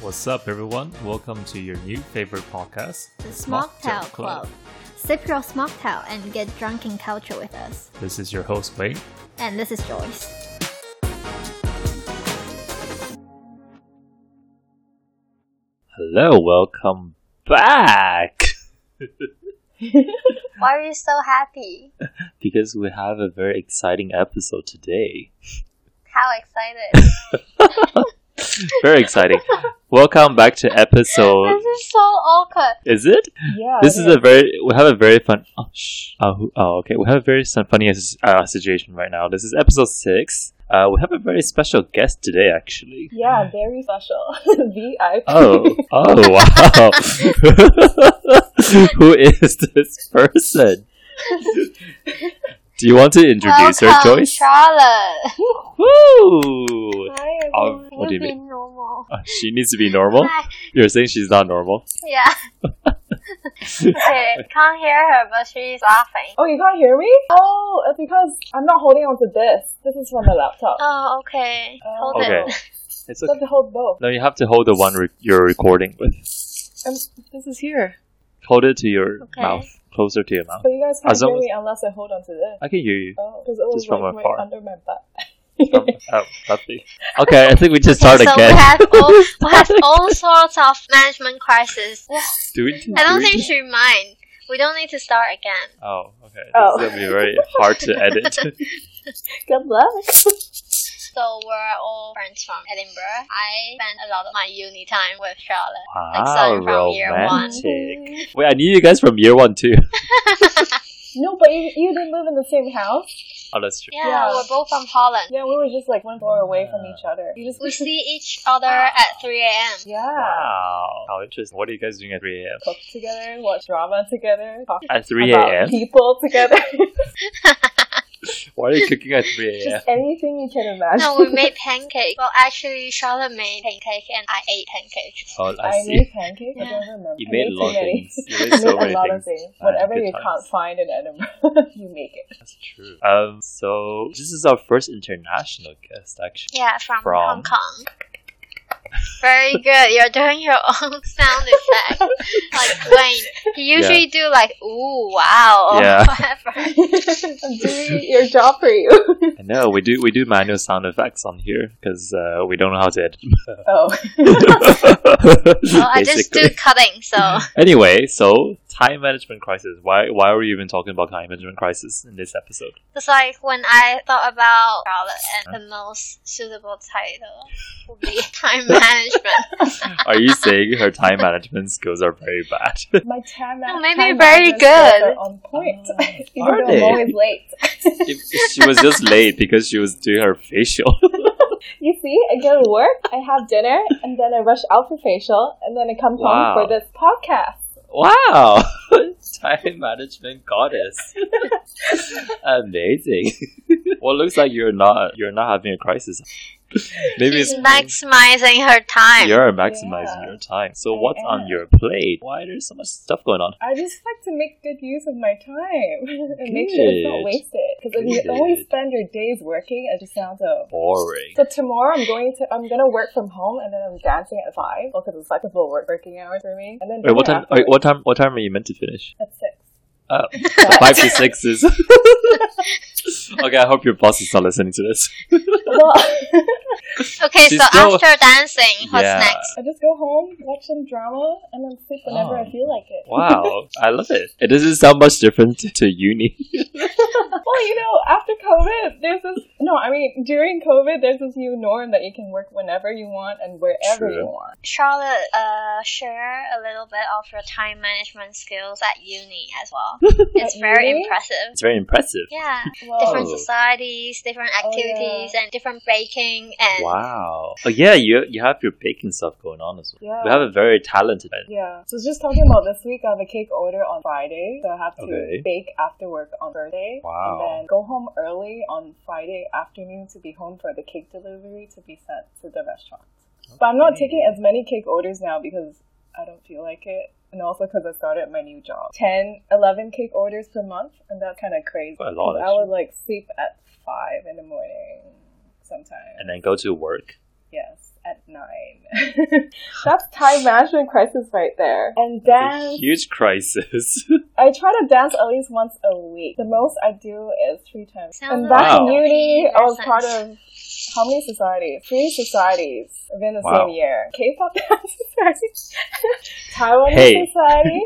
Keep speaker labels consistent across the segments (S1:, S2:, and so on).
S1: What's up, everyone? Welcome to your new favorite podcast,
S2: The Smocktail Club. Sip your smocktail and get drunk in culture with us.
S1: This is your host, Wayne.
S2: And this is Joyce.
S1: Hello, welcome back!
S2: Why are you so happy?
S1: because we have a very exciting episode today.
S2: How excited!
S1: Very exciting. welcome back to episode.
S2: this is so awkward.
S1: Is it?
S2: Oh, Yeah.
S1: This is a very. We have a very fun. Oh, shh. Oh, who- oh, okay. We have a very sun- funny uh, situation right now. This is episode six. Uh, we have a very special guest today, actually.
S3: Yeah, very special. VIP.
S1: Oh, oh, wow. Who is this person? Do you want to introduce her,
S2: Welcome,
S1: Joyce?
S2: Charlotte.
S1: Woo!
S3: Hi,
S1: Oh,
S3: everyone.
S1: what do you
S2: You've
S1: mean?
S2: been normal.
S1: Uh, She needs to be normal?
S2: Hi.
S1: You're saying she's not normal?
S2: Yeah. okay, can't hear her, but she's laughing.
S3: Oh, you can't hear me? Oh, it's because I'm not holding on to this. This is from the laptop.
S2: Oh, okay.
S3: Oh.
S2: Hold
S1: Okay.
S2: it.
S1: It's
S3: You have
S1: okay.
S3: to hold both.
S1: No, you have to hold the one re- you're recording with.
S3: Um, this is here.
S1: Hold it to your
S2: Okay.
S1: mouth, closer to your mouth.
S3: But you guys
S1: As
S3: can't
S1: long
S3: hear
S1: as-
S3: me unless I hold on to this.
S1: I can hear you.
S3: Oh, because it was
S1: Just from
S3: like right
S1: afar.
S3: under my butt.
S1: Um, oh, lovely. Okay, I think we just start
S2: so
S1: again.
S2: we have all we have all sorts of management crisis.
S1: do we, do
S2: I don't
S1: we-
S2: think she mind. We don't need to start again.
S1: Oh, okay. This
S3: Oh.
S1: is going to be very hard to edit.
S3: Good luck.
S2: So we're all friends from Edinburgh. I spent a lot of my uni time with Charlotte. Like
S1: Wow,
S2: starting from year one.
S1: romantic. Wait, I knew you guys from year one too.
S3: no, but you, you didn't live in the same house.
S1: Oh, that's true.
S2: Yeah,
S3: Yeah.
S2: we're both from Holland.
S3: Yeah, we were just like one floor away from each other. You just
S2: We see each other at 3 a.m.
S3: yeah.
S1: Wow. How interesting. What are you guys doing at 3 a.m.?
S3: Cook together, watch drama together, talk
S1: At 3
S3: about
S1: a.m.?
S3: people together.
S1: Why are you cooking at 3 a.m.?
S3: just anything you can imagine.
S2: No, we made pancakes. Well, actually, Charlotte made pancake and I ate pancake.
S1: Oh, I
S3: I
S1: see.
S3: made pancakes. I
S2: Yeah.
S3: don't remember.
S1: You
S3: I
S1: made a
S3: too
S1: lot of
S3: many.
S1: things. You made
S3: I made
S1: so many
S3: a lot of
S1: things.
S3: things.
S1: Ah,
S3: Whatever
S1: good
S3: you
S1: times.
S3: can't find in Edinburgh, you make it.
S1: That's true. Um, so this is our first international guest, actually.
S2: Yeah, from,
S1: From?
S2: Hong Kong. Very good. You're doing your own sound effect. like Wayne. He usually do like, ooh, wow, or
S1: Yeah.
S2: whatever.
S3: I'm doing your job for you.
S1: I know we do we do manual sound effects on here because uh, we don't know how to edit.
S3: Oh,
S2: Well, I just do
S1: Basically.
S2: cutting, so.
S1: Anyway, so time management crisis. Why why were you even talking about time management crisis in this episode?
S2: It's like when I thought about Charlotte and the most suitable title would be time management.
S1: Are you saying her time management skills are very bad?
S3: my time.
S2: No,
S3: ma-
S2: maybe
S3: time
S2: very
S3: management
S2: good.
S3: skills are On point.
S1: Oh,
S3: Even
S1: are
S3: though I'm
S1: they?
S3: always late.
S1: If- if she was just late because she was doing her facial.
S3: You see, I go to work, I have dinner, and then I rush out for facial, and then I come
S1: Wow.
S3: home for this podcast.
S1: wow! Time management goddess. Amazing. well, it looks like you're not you're not having a crisis. Maybe
S2: She's
S1: it's
S2: maximizing her time.
S1: you're maximizing
S3: Yeah.
S1: your time. So
S3: I
S1: what's on
S3: am.
S1: your plate? Why there's so much stuff going on?
S3: I just like to make good use of my time and make sure
S1: Good.
S3: it's not wasted. Because if you always
S1: Good.
S3: spend your days working, it just sounds so
S1: Boring.
S3: So tomorrow I'm going to I'm gonna work from home and then I'm dancing at five because it's flexible work working hours for me. And then
S1: Wait, what time?
S3: dinner
S1: Wait,
S3: afterwards
S1: what time? What time are you meant to finish?
S3: At six.
S1: Oh,
S3: But-
S1: five to six is. okay, I hope your boss is not listening to this.
S3: well,
S2: Okay,
S1: She's
S2: so
S1: still-
S2: after dancing, what's
S1: Yeah.
S2: next?
S3: I just go home, watch some drama, and then sleep whenever
S1: Oh.
S3: I feel like it.
S1: Wow, I love it. It doesn't sound much different to uni.
S3: well, you know, after COVID, there's this no, I mean during COVID, there's this new norm that you can work whenever you want and wherever
S1: True.
S3: you want.
S2: Charlotte, uh, share a little bit of your time management skills at uni as well. it's
S3: At
S2: very
S3: uni?
S2: impressive.
S1: It's very impressive.
S2: Yeah, different
S3: Well,
S1: Oh.
S2: societies, different
S3: Oh, yeah.
S2: activities, and different baking and
S1: Wow. Oh yeah, you you have your baking stuff going on as well.
S3: yeah.
S1: We have a very talented.
S3: Yeah. So just talking about this week, I have a cake order on Friday, so I have to
S1: Okay.
S3: bake after work on Thursday,
S1: Wow.
S3: and then go home early on Friday afternoon to be home for the cake delivery to be sent to the restaurant. But I'm not
S1: Okay.
S3: taking as many cake orders now because I don't feel like it. And also because I started my new job. 10, 11 cake orders per month, and that's kind of crazy.
S1: Quite a lot,
S3: 'Cause I would like sleep at 5 in the morning sometimes.
S1: and then go to work.
S3: Yes. at nine. That's time management crisis right there. And
S1: A
S3: dance,
S1: huge crisis.
S3: I try to dance at least once a week. The most I do is three times.
S2: Sounds
S3: and back in
S1: amazing.
S3: uni, I was part
S2: Wow.
S3: of how many societies? Three societies within the
S1: Wow.
S3: same year. K-pop dance society, Taiwanese
S1: Hey.
S3: society,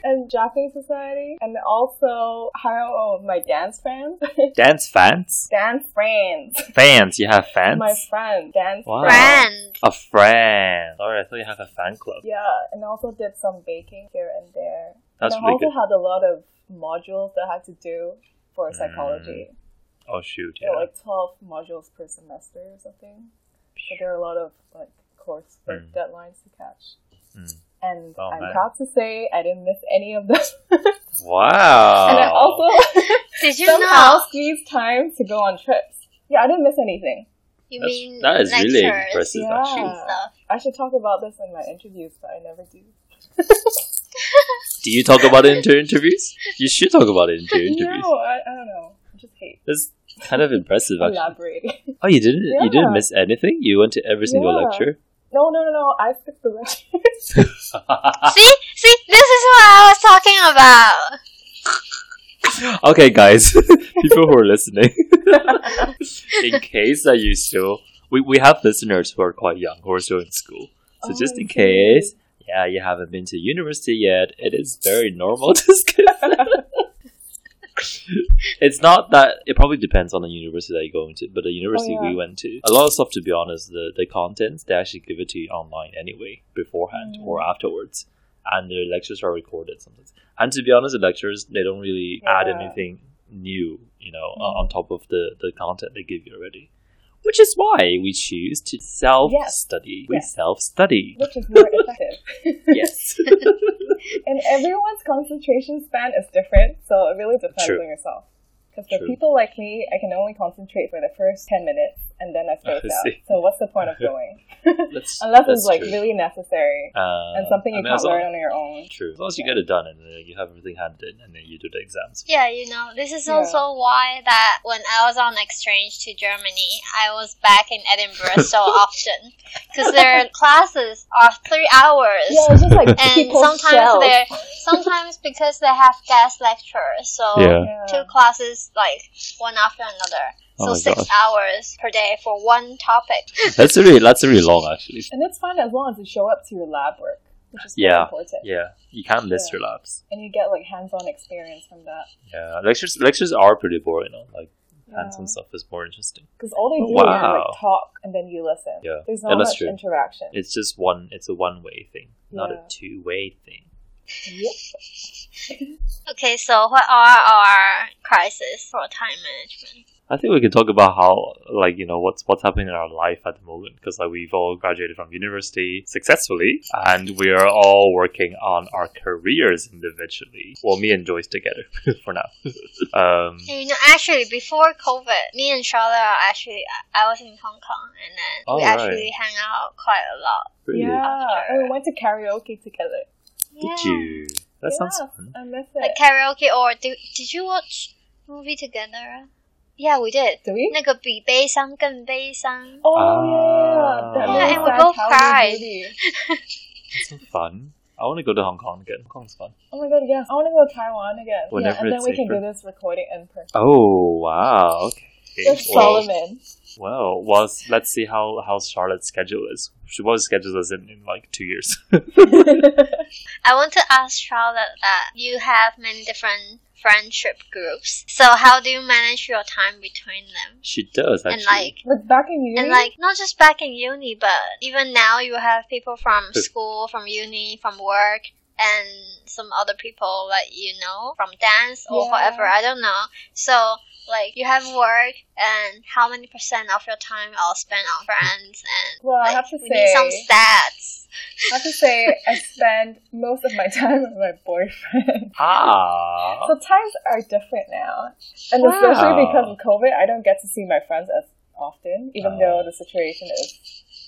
S3: and Japanese society, and also how my dance friends,
S1: Dance fans?
S3: dance friends,
S1: Fans, you have fans?
S3: my friend, dance
S1: Wow.
S2: Friend.
S3: friends.
S1: a friend. Sorry, I thought you have a fan club.
S3: Yeah, and also did some baking here and there.
S1: That's
S3: and I
S1: really
S3: also
S1: good.
S3: had a lot of modules that I had to do for psychology.
S1: Oh shoot,
S3: There were,
S1: yeah.
S3: like 12 modules per semester or something. So there are a lot of like course work
S1: Mm.
S3: deadlines to catch.
S1: Mm.
S3: And
S1: Oh,
S3: I'm
S1: man.
S3: proud to say I didn't miss any of them.
S1: Wow.
S3: and I also
S2: Did you
S3: somehow
S2: know?
S3: squeezed time to go on trips. Yeah, I didn't miss anything.
S2: You
S1: That's-
S2: mean
S1: that is really
S2: lectures
S1: impressive,
S3: Yeah.
S2: and stuff?
S3: I should talk about this in my interviews, but I never do.
S1: Do you talk about it into interviews? You should talk about it into interviews.
S3: No, I, I don't know. I just hate
S1: That's kind of impressive, actually.
S3: elaborating.
S1: Oh, you didn't? You didn't
S3: Yeah.
S1: miss anything? You went to every single
S3: Yeah.
S1: lecture?
S3: no, no, no, no. I skipped the lectures.
S1: okay,
S2: See, see, this is what I was talking about.
S1: okay, guys, people who are listening, in case that you still, we, we have listeners who are quite young, who are still in school. So
S3: Oh,
S1: just in
S3: I see.
S1: case, yeah, you haven't been to university yet, it is very normal to skip. it's not that it probably depends on the university that you go into, but the university
S3: Oh, yeah.
S1: we went to, a lot of stuff. To be honest, the the contents they actually give it to you online anyway, beforehand
S3: Mm.
S1: or afterwards, and the lectures are recorded sometimes. And to be honest, the lectures they don't really add
S3: Yeah.
S1: anything new, you know,
S3: Mm.
S1: on top of the the content they give you already. Which is why we choose to self study. We
S3: Yes.
S1: self study.
S3: Which is more effective.
S1: yes.
S3: And everyone's concentration span is different, so it really depends
S1: True.
S3: on yourself. Because for
S1: True.
S3: people like me, I can only concentrate for the first 10 minutes and then I space
S1: I
S3: out.
S1: see.
S3: So what's the point of going?
S1: That's,
S3: Unless
S1: that's
S3: it's like
S1: true.
S3: really necessary
S1: Uh,
S3: and something
S1: I
S3: you
S1: mean,
S3: can't
S1: as long-
S3: learn on your own.
S1: True. As long as you get it done and uh, you have everything handed in and then you do the exams.
S2: Yeah, you know, this is
S3: Yeah.
S2: also why that when I was on exchange to Germany, I was back in Edinburgh so often because their classes are three hours.
S3: Yeah, it's just like
S2: And
S3: people's
S2: sometimes
S3: shells.
S2: they're sometimes because they have guest lectures, so
S3: Yeah.
S2: two classes like one after another,
S1: Oh
S2: so
S1: my
S2: six
S1: gosh.
S2: hours per day for one topic.
S1: That's really that's really long actually.
S3: And it's fine as long as you show up to your lab work, which is
S1: Yeah.
S3: very important.
S1: Yeah. You can't miss
S3: Yeah.
S1: your labs.
S3: And you get like hands-on experience from that.
S1: Yeah. Lectures lectures are pretty boring, you know, like hands on
S3: Because
S1: stuff is more interesting.
S3: all they do is
S1: Wow.
S3: like talk and then you listen.
S1: Yeah.
S3: There's
S1: Yeah,
S3: not
S1: that's
S3: much
S1: true.
S3: interaction.
S1: It's just one it's a one way thing, not a
S3: Yeah.
S1: two way thing.
S3: Yep.
S2: Okay, so what are our crises for time management?
S1: I think we can talk about how, like, you know, what's what's happening in our life at the moment because, like, we've all graduated from university successfully, and we are all working on our careers individually. Well, me and Joyce together for now. um,
S2: You know, actually, before COVID, me and Charlotte are actually I was in Hong Kong, and then we
S1: Oh, right.
S2: actually hang out quite a lot.
S1: really?
S3: Yeah, and we went to karaoke together.
S1: Did you? That sounds
S3: Yes,
S1: fun.
S3: I miss it.
S2: Like karaoke, or did, did you watch movie together? Yeah, we did.
S3: Do we?
S2: 那个比悲伤更悲伤。
S3: Oh
S1: Ah.
S3: yeah,
S1: Yeah,
S3: that really
S1: and we
S3: sad
S2: both
S3: Halloween
S2: cried.
S3: movie.
S1: That's so fun. I want to go to Hong Kong again. Hong Kong's fun.
S3: Oh my god, yes, I want to go to Taiwan again.
S1: Whenever
S3: yeah, and then
S1: it's
S3: we can
S1: safer.
S3: do this recording in person.
S1: Oh wow! Okay.
S3: With
S1: Well,
S3: Solomon.
S1: well, well, let's see how how Charlotte's schedule is. She was scheduled us in in like two years.
S2: I want to ask Charlotte that you have many different friendship groups. So how do you manage your time between them?
S1: she does actually.
S2: And like
S3: But back in uni,
S2: and like not just back in uni but even now you have people from
S1: Who?
S2: school, from uni, from work and some other people like you know from dance or
S3: Yeah.
S2: whatever, I don't know. So like you have work and how many percent of your time are spent on friends and
S3: well, I
S2: like,
S3: have to
S2: we need
S3: say,
S2: some stats.
S3: I have to say, I spend most of my time with my boyfriend.
S1: ah.
S3: So times are different now, and
S1: Wow.
S3: especially because of COVID, I don't get to see my friends as often, even
S1: Ah.
S3: though the situation is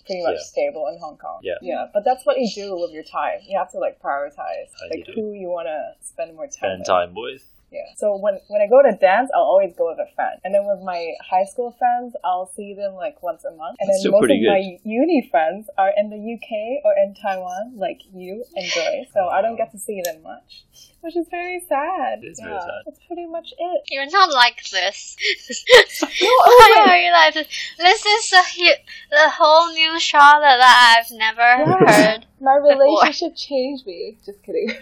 S3: pretty much
S1: Yeah.
S3: stable in Hong Kong.
S1: Yeah.
S3: yeah, but that's what you do with your time. You have to like prioritize
S1: Uh,
S3: like
S1: you do.
S3: who you want to spend more time.
S1: spend
S3: with.
S1: time with.
S3: Yeah. So when when I go to dance, I'll always go with a friend, and then with my high school friends, I'll see them like once a month, and
S1: That's
S3: then
S1: still
S3: most
S1: pretty
S3: of my
S1: good.
S3: uni friends are in the UK or in Taiwan, like you and Joy. So I don't get to see them much, which is very sad.
S1: It is very sad.
S3: That's pretty much it.
S2: You're not like this.
S3: No,
S2: Why
S3: oh
S2: are
S3: wait.
S2: you like this? This is a hu- the whole new Charlotte that I've never
S3: Yes.
S2: heard.
S3: My
S2: Before.
S3: relationship changed me. Just kidding.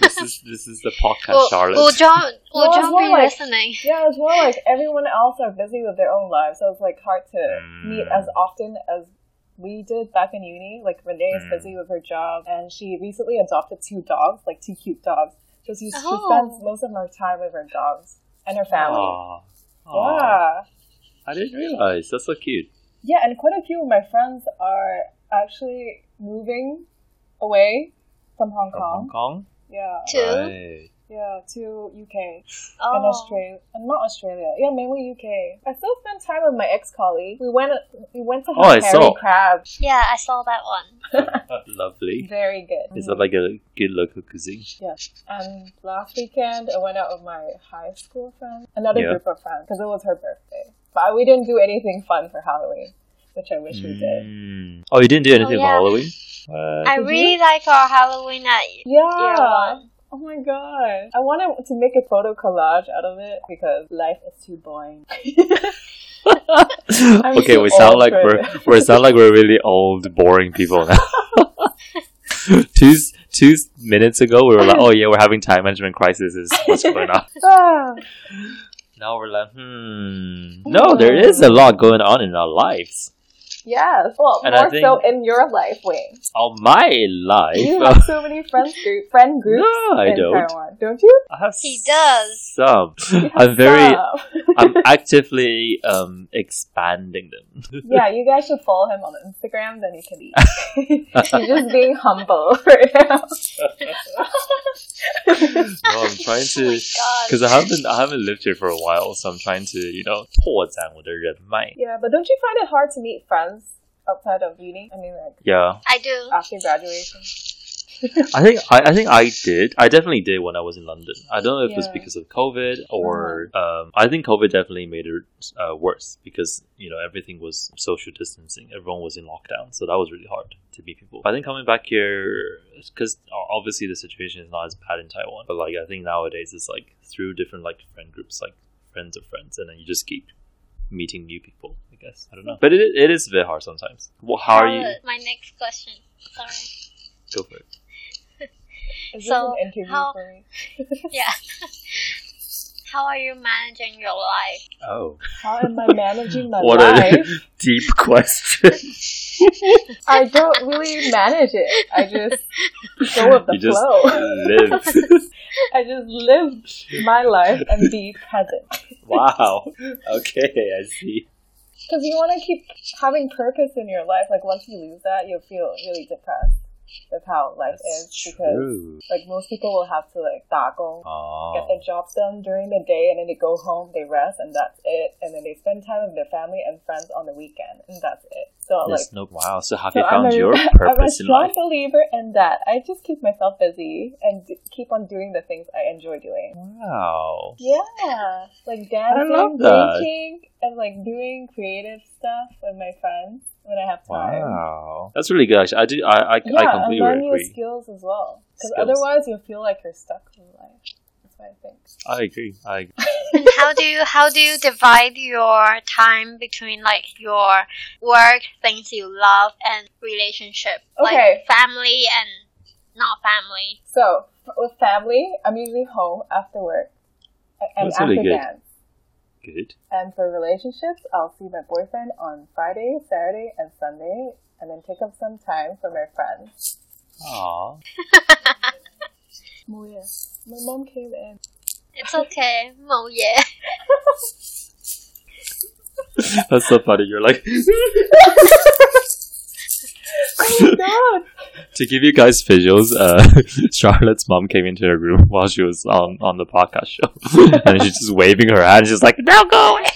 S1: This is this is the podcast,
S2: Will,
S1: Charlotte.
S2: will John, will
S3: Well, it's
S2: John
S3: more
S2: be
S3: like-
S2: listening?
S3: Yeah, it's more like everyone else are busy with their own lives, so it's like hard to
S1: Mm.
S3: meet as often as we did back in uni. Like Renee is
S1: Mm.
S3: busy with her job, and she recently adopted two dogs, like two cute dogs. So she, she
S2: Oh.
S3: spends most of her time with her dogs and her
S1: Ah.
S3: family.
S1: Aw. Aw.
S3: Yeah,
S1: I didn't realize. That's so cute.
S3: yeah, and quite a few of my friends are actually moving away from Hong
S1: From
S3: Kong.
S1: Hong Kong.
S3: Yeah,
S2: Two?
S1: Right.
S3: yeah, to UK. and
S2: Oh,
S3: Australia, and not Australia. Yeah, mainly UK. I still spent time with my ex colleague. We went we went to
S1: Oh, I
S3: have Harry
S1: saw.
S3: crab.
S2: yeah, I saw that one.
S1: Lovely.
S3: Very good.
S1: Is that like a good local cuisine?
S3: And last weekend, I went out with my high school friends, another
S1: Yeah.
S3: group of friends, because it was her birthday. But we didn't do anything fun for Halloween, which I wish we did.
S1: Mm. Oh, you didn't do anything
S2: yeah.
S1: for Halloween? Uh, What?
S2: I
S3: Did you?
S2: really like our Halloween at year
S3: Yeah.
S2: one.
S3: Oh my god. I wanted to make a photo collage out of it because life is too boring. I'm
S1: okay,
S3: too
S1: we sound
S3: old
S1: like
S3: for
S1: we're
S3: it.
S1: we sound like we're really old, boring people now. two s- two s- minutes ago, we were like, "Oh yeah, we're having time management crisis. Is what's going on?"
S3: Ah.
S1: Now we're like, "Hmm, no, there is a lot going on in our lives.
S3: Yes. Well,
S1: And I
S3: more
S1: think-
S3: so in your life, Wayne.
S1: Oh my
S3: You
S1: life,
S3: have so many friends group, friend groups
S1: No, I
S3: in
S1: don't.
S3: Taiwan, don't you?
S1: I have
S2: He does.
S1: some. I'm very,
S3: Stop.
S1: I'm actively um expanding them.
S3: yeah, you guys should follow him on Instagram, then you can be. He's just being humble right now.
S1: no, I'm trying
S2: Oh my
S1: to.
S2: god.
S1: Because I haven't, I haven't lived here for a while, so I'm trying to, you know, 拓展我的人脉。
S3: Yeah, but don't you find it hard to meet friends outside of uni? I mean, like
S1: Yeah,
S2: I do.
S3: after graduation.
S1: I think I, I think I did. I definitely did when I was in London. I don't know if it was
S3: Yeah.
S1: because of COVID or um, I think COVID definitely made it uh, worse because you know everything was social distancing. Everyone was in lockdown, so that was really hard to meet people. I think coming back here because obviously the situation is not as bad in Taiwan, but like I think nowadays it's like through different like friend groups, like friends of friends, and then you just keep meeting new people. I guess I don't know, but it, it is a bit hard sometimes. Wha- How are you?
S2: Charlotte, My next question. Sorry.
S1: Go for it.
S3: Is
S2: So,
S3: this an interview
S2: how-
S3: for me?
S2: Yeah. How are you managing your life?
S1: Oh,
S3: How am I managing my
S1: what
S3: life?
S1: a deep question.
S3: I don't really manage it. I just go with the
S1: You just
S3: flow.
S1: live.
S3: I just live my life and be present.
S1: wow. Okay, I see.
S3: Because you want to keep having purpose in your life. Like once you lose that, you'll feel really depressed with how life is.
S1: That's
S3: Because
S1: true.
S3: like most people will have to like tackle, get
S1: Oh,
S3: their jobs done during the day, and then they go home, they rest, and that's it. And then they spend time with their family and friends on the weekend, and that's it. So
S1: there's
S3: like.
S1: no wow. So have
S3: So
S1: you found
S3: I'm a,
S1: your
S3: I'm a
S1: purpose in
S3: strong
S1: life?
S3: believer in that. I just keep myself busy and d- keep on doing the things I enjoy doing.
S1: Wow.
S3: Yeah, like
S1: love
S3: dancing,
S1: that.
S3: baking, and like doing creative stuff with my friends when I have time.
S1: Wow. That's really good. Actually, I do. I I,
S3: Yeah,
S1: I
S3: and
S1: completely
S3: learn new
S1: agree.
S3: skills as well, because
S1: Skills.
S3: otherwise you'll feel like you're stuck in life. That's what I think.
S1: I agree. I agree.
S2: And how do you how do you divide your time between like your work, things you love, and relationship,
S3: Okay.
S2: like family and not family?
S3: So f- with family, I'm usually home after work a- and
S1: That's
S3: after
S1: really good.
S3: dance.
S1: good.
S3: And for relationships, I'll see my boyfriend on Friday, Saturday, and Sunday, and then take up some time for my friends.
S1: Aw.
S3: Oh yes, my mom came in.
S2: It's okay. Oh yeah.
S1: That's so funny. You're like
S3: Oh my god!
S1: to give you guys visuals. Uh, Charlotte's mom came into her room while she was on on the podcast show, and she's just waving her hand. She's like, "No, go away."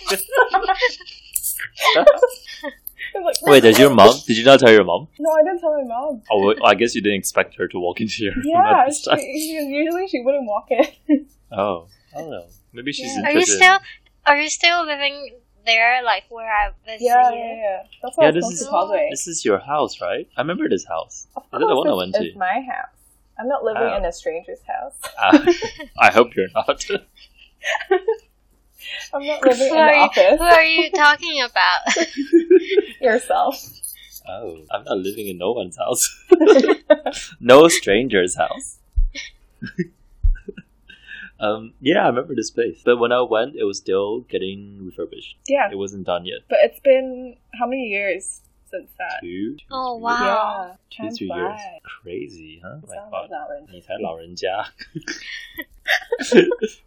S3: I'm like,
S1: Wait, does your mom? Did you not tell your mom?
S3: No, I didn't tell my mom.
S1: Oh, well, I guess you didn't expect her to walk into your room at
S3: Yeah,
S1: this
S3: she,
S1: time.
S3: she- usually she wouldn't walk in.
S1: Oh, I don't know. Maybe she's
S3: Yeah.
S2: Are you
S1: interested.
S2: still are you still living there, like where I visited?
S3: Yeah,
S2: you?
S3: yeah, yeah. That's why
S1: Yeah,
S3: I was
S1: this
S3: going
S1: is-
S3: to Causeway.
S1: This is your house, right? I remember this house.
S3: Of
S1: is it the one I
S3: course
S1: went
S3: it's-
S1: to?
S3: It's my house. I'm not living
S1: Oh.
S3: in a stranger's house.
S1: Uh, I hope you're not.
S3: I'm not living in the
S2: Sorry. Who
S3: office.
S2: are you talking about?
S3: Yourself.
S1: oh, I'm not living in no one's house. no stranger's house. um, yeah, I remember this place. But when I went, it was still getting refurbished.
S3: Yeah,
S1: It wasn't done yet.
S3: but it's been how many years since that?
S1: Two. two,
S2: Oh,
S1: three-
S2: wow.
S3: Yeah,
S1: Two,
S3: time
S1: three years.
S3: flies.
S1: Crazy, huh? My
S3: 上
S1: God.
S3: 老人
S1: 你才老人 家，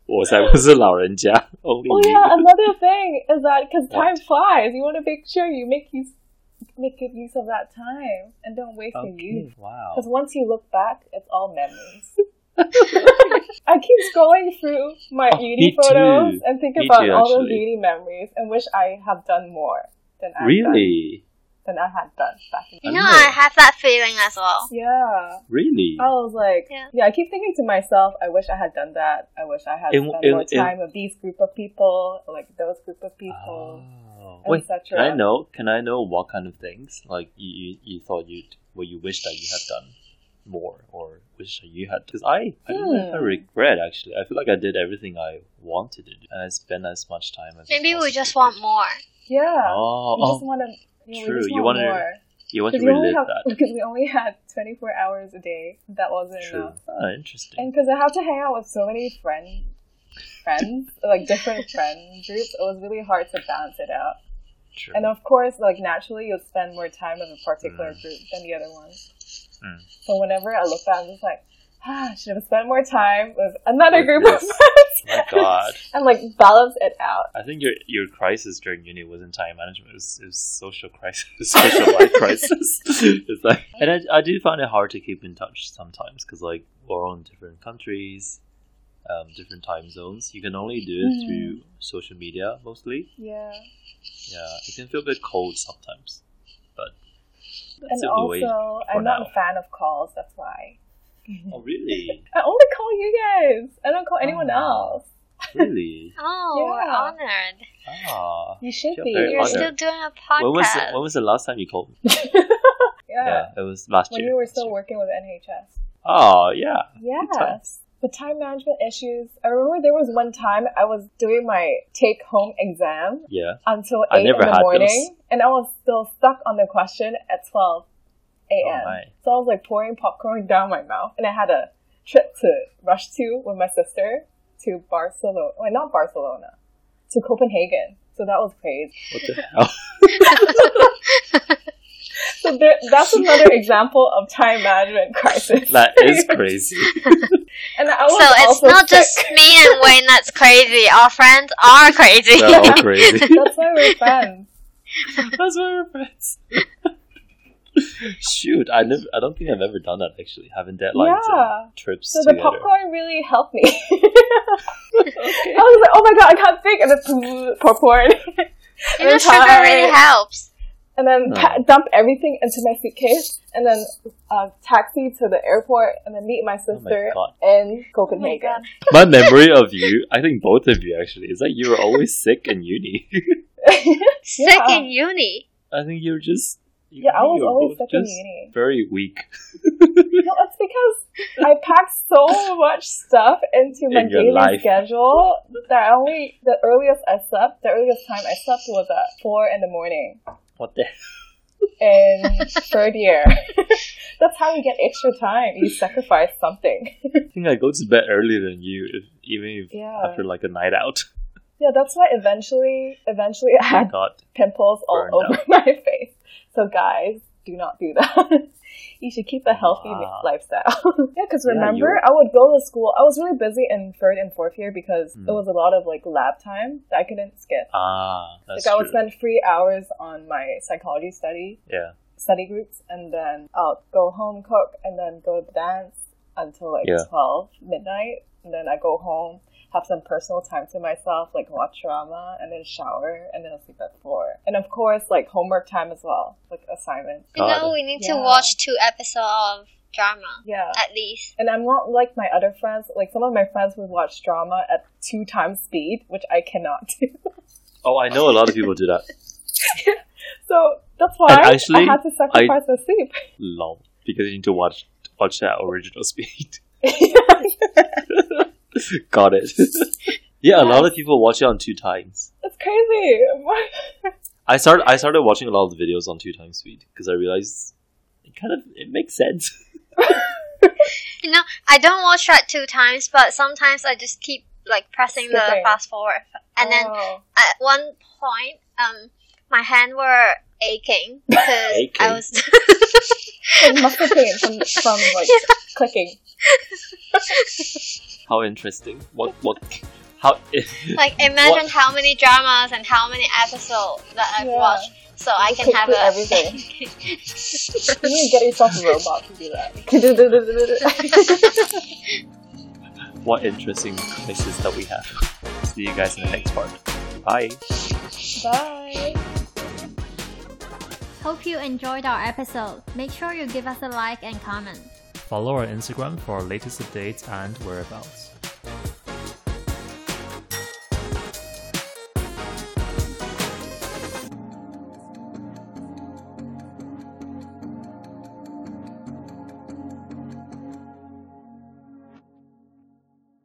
S1: 我才不是老人家。Only
S3: Oh
S1: you.
S3: yeah, another thing is that because
S1: What?
S3: time flies, you want to make sure you make use make good use of that time and don't waste your youth.
S1: Okay, wow.
S3: Because once you look back, it's all memories. I keep scrolling through my
S1: Oh,
S3: beauty
S1: me
S3: photos
S1: too.
S3: and think
S1: Me
S3: about
S1: too,
S3: all those
S1: actually.
S3: beauty memories and wish I had done more than I
S1: Really,
S3: than I had done back. In-
S2: You
S1: I
S2: know,
S1: know.
S2: I have that feeling as well.
S3: yeah,
S1: really.
S3: I was like,
S2: Yeah.
S3: yeah. I keep thinking to myself, I wish I had done that. I wish I had
S1: In-
S3: spent
S1: in-
S3: more
S1: in-
S3: time with these group of people, like those group of people.
S1: Oh.
S3: and
S1: Wait,
S3: such
S1: can I
S3: a-
S1: know? Can I know what kind of things like you you, you thought you what you wish that you had done more or wish that you had? Because I I don't know if I
S3: Hmm.
S1: regret actually. I feel like I did everything I wanted to do, and I spent as much time as
S2: Maybe we
S1: possible.
S2: just want more.
S3: Yeah.
S1: Oh,
S3: we just
S1: oh,
S3: want to. You know,
S1: true.
S3: We just
S1: You
S3: want
S1: wanna-
S3: more.
S1: you want to
S3: Because we, only
S1: relive
S3: have,
S1: that?
S3: because we only had 24 hours a day. That wasn't
S1: True.
S3: enough.
S1: Ah, interesting.
S3: And because I have to hang out with so many friends, friends like different friend groups, it was really hard to balance it out.
S1: True. Oh
S3: And of course, like naturally, you'll spend more time with a particular
S1: Mm.
S3: group than the other ones.
S1: Mm.
S3: So whenever I look back, I'm just like, ah, should have spent more time with another
S1: With
S3: group
S1: this.
S3: of friends.
S1: My God.
S3: and like balance it out.
S1: I think your your crisis during uni wasn't time management; it was, it was social crisis, social life crisis. it's like, and I, I do find it hard to keep in touch sometimes because like we're all in different countries, um, different time zones. You can only do it
S3: Mhm.
S1: through social media mostly.
S3: Yeah.
S1: Yeah, it can feel a bit cold sometimes, but that's
S3: and
S1: the way.
S3: also,
S1: for
S3: I'm not
S1: now.
S3: a fan of calls. That's why
S1: Oh, really?
S3: I only call you guys. I don't call anyone
S1: Oh.
S3: else.
S1: Really?
S2: Oh, we're
S3: Yeah.
S2: honored.
S1: Ah.
S3: You should
S1: You're
S3: be.
S1: very
S2: You're
S1: honored.
S2: still doing a podcast.
S1: When was the, when was the last time you called me?
S3: yeah.
S1: it was last
S3: When
S1: year.
S3: you were still working with NHS.
S1: Oh yeah.
S3: Yeah.
S1: times.
S3: The time management issues. I remember there was one time I was doing my take home exam
S1: Yeah.
S3: until
S1: I
S3: eight
S1: never
S3: in the
S1: had
S3: morning, and I was still stuck on the question at twelve a.m.
S1: Oh, my.
S3: so I was like pouring popcorn down my mouth, and I had a trip to rush to with my sister to Barcelona. Well, not Barcelona, to Copenhagen. So that was crazy.
S1: What the hell?
S3: So there, that's another example of time management crisis.
S1: That is crazy.
S3: and I was
S2: so it's
S3: also
S2: not
S3: sick.
S2: just me and Wayne that's crazy. Our friends are crazy.
S1: They're all crazy.
S3: That's why we're friends.
S1: That's my reference. Shoot, I never. I don't think I've ever done that actually. Having deadlines
S3: Yeah.
S1: and trips
S3: So the
S1: together.
S3: popcorn really helped me. I was like, oh my god, I can't think, and then popcorn,
S2: You know, sugar really helps.
S3: and then pa-
S1: No.
S3: dump everything into my suitcase, and then uh, taxi to the airport, and then meet my sister
S1: Oh God.
S3: in Copenhagen.
S1: My memory of you, I think both of you actually, is that you were always sick in uni.
S2: Sick
S3: Yeah.
S2: in uni.
S1: I think you were just. you-
S3: yeah, I was
S1: you were
S3: always
S1: both
S3: sick in
S1: just
S3: uni.
S1: Very weak.
S3: No, it's because I packed so much stuff into my
S1: In your
S3: daily
S1: life.
S3: schedule that I only the earliest I slept, the earliest time I slept was at four in the morning.
S1: What the?
S3: in third year. That's how you get extra time. You sacrifice something.
S1: I think I go to bed earlier than you, if, even if
S3: Yeah.
S1: after like a night out. Oh
S3: Yeah, that's why eventually, eventually I
S1: My
S3: had
S1: God.
S3: pimples all
S1: Burned
S3: over my face. So guys, do not do that. You should keep a healthy
S1: Wow.
S3: lifestyle. yeah, because
S1: Ah. Yeah,
S3: remember,
S1: you're-
S3: I would go to school. I was really busy in third and fourth year because
S1: Mm.
S3: it was a lot of like lab time that I couldn't skip.
S1: Ah, that's
S3: like I would
S1: true.
S3: spend three hours on my psychology study
S1: Yeah.
S3: study groups and then I'll go home, cook, and then go to dance until like
S1: Yeah.
S3: 12 midnight. And then I go home, have some personal time to myself, like watch drama, and then shower, and then I'll sleep at four. And of course, like homework time as well, like assignments.
S2: You
S1: God.
S2: know, we need to
S3: Yeah.
S2: watch two episodes of drama,
S3: Yeah.
S2: at least.
S3: And I'm not like my other friends. Like some of my friends would watch drama at two times speed, which I cannot do.
S1: Oh, I know a lot of people do that.
S3: So that's why
S1: And actually,
S3: I had to sacrifice my sleep.
S1: Long. Because you need to watch watch that original speed. Got it. yeah, a lot of people watch it on two times.
S3: It's crazy. Why-
S1: I started I started watching a lot of the videos on two times speed because I realized it kind of it makes sense.
S2: You know, I don't watch that two times, but sometimes I just keep like pressing the
S3: Skipping.
S2: fast forward, and then
S3: Oh.
S2: at one point, um, my hand were aching because
S1: Aching.
S2: I was
S3: Like muscle pain from from like clicking.
S1: How interesting. What what how
S2: like imagine how many dramas and how many episodes that I've
S3: Yeah.
S2: watched, so I
S3: Just
S2: can have
S3: click
S2: a
S3: through You need to get yourself a robot to do that.
S1: what interesting places that we have. See you guys in the next part. Bye.
S3: Bye.
S4: Hope you enjoyed our episode. Make sure you give us a like and comment.
S1: Follow our Instagram for our latest updates and whereabouts.